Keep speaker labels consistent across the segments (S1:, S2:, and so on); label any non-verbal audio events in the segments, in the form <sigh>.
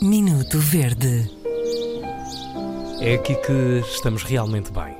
S1: Minuto Verde.
S2: É aqui que estamos realmente bem.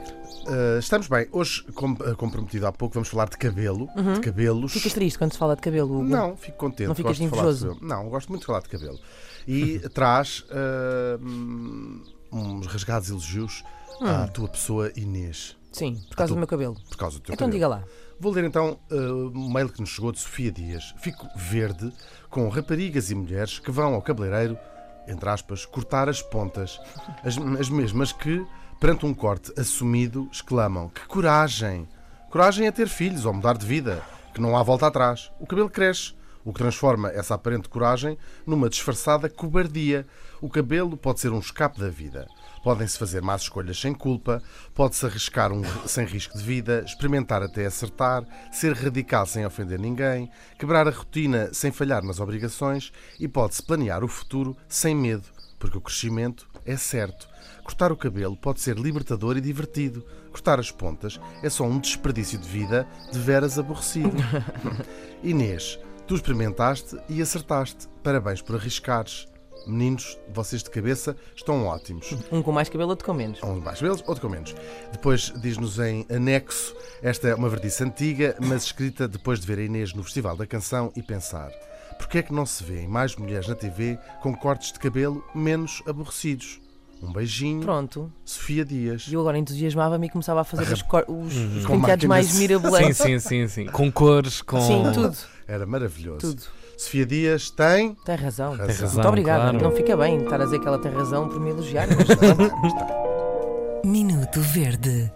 S3: Uh, estamos bem. Hoje, como uh, como prometido há pouco, vamos falar de cabelo, de cabelos.
S4: Ficas triste quando se fala de cabelo, Hugo?
S3: Não, fico contente.
S4: Não ficas
S3: gosto de falar de
S4: invejoso?
S3: cabelo. Não, gosto muito de falar de cabelo.
S4: <laughs>
S3: E traz uh, hum, uns rasgados elogios à
S4: Hum.
S3: tua pessoa Inês,
S4: Sim, por causa
S3: tu-
S4: do meu cabelo.
S3: por causa do teu
S4: Então
S3: cabelo.
S4: diga lá.
S3: Vou ler então uh, um mail que nos chegou de Sofia Dias. Fico verde com raparigas e mulheres que vão ao cabeleireiro, entre aspas, cortar as pontas. As, as mesmas que, perante um corte assumido, exclamam: Que coragem! Coragem é ter filhos ou mudar de vida, que não há volta atrás. O cabelo cresce, o que transforma essa aparente coragem numa disfarçada cobardia. O cabelo pode ser um escape da vida. Podem-se fazer más escolhas sem culpa, pode-se arriscar um, sem risco de vida, experimentar até acertar, ser radical sem ofender ninguém, quebrar a rotina sem falhar nas obrigações e pode-se planear o futuro sem medo, porque o crescimento é certo. Cortar o cabelo pode ser libertador e divertido. Cortar as pontas é só um desperdício de vida de veras aborrecido. Inês, tu experimentaste e acertaste. Parabéns por arriscares. Meninos, vocês de cabeça estão ótimos.
S4: Um com mais cabelo, outro com menos.
S3: Um mais deles, outro com menos. Depois diz-nos em anexo: esta é uma verdice antiga, mas escrita depois de ver a Inês no Festival da Canção e pensar. Porquê é que não se vêem mais mulheres na TV com cortes de cabelo menos aborrecidos? Um beijinho,
S4: Pronto.
S3: Sofia Dias.
S4: E eu agora entusiasmava-me e começava a fazer os, cor- os, os
S3: Uhum. Com
S4: penteados mais
S3: máquinas.
S2: Sim,
S4: mirabolantes.
S2: sim, sim, sim. Com cores, com.
S4: Sim, tudo,
S3: Era maravilhoso.
S4: tudo.
S3: Sofia Dias tem.
S4: Tem razão.
S3: Tem razão,
S4: Muito obrigada.
S2: claro.
S4: Não fica
S1: <laughs>
S4: bem estar a dizer que ela tem razão por me elogiar. mas-
S1: Minuto Verde.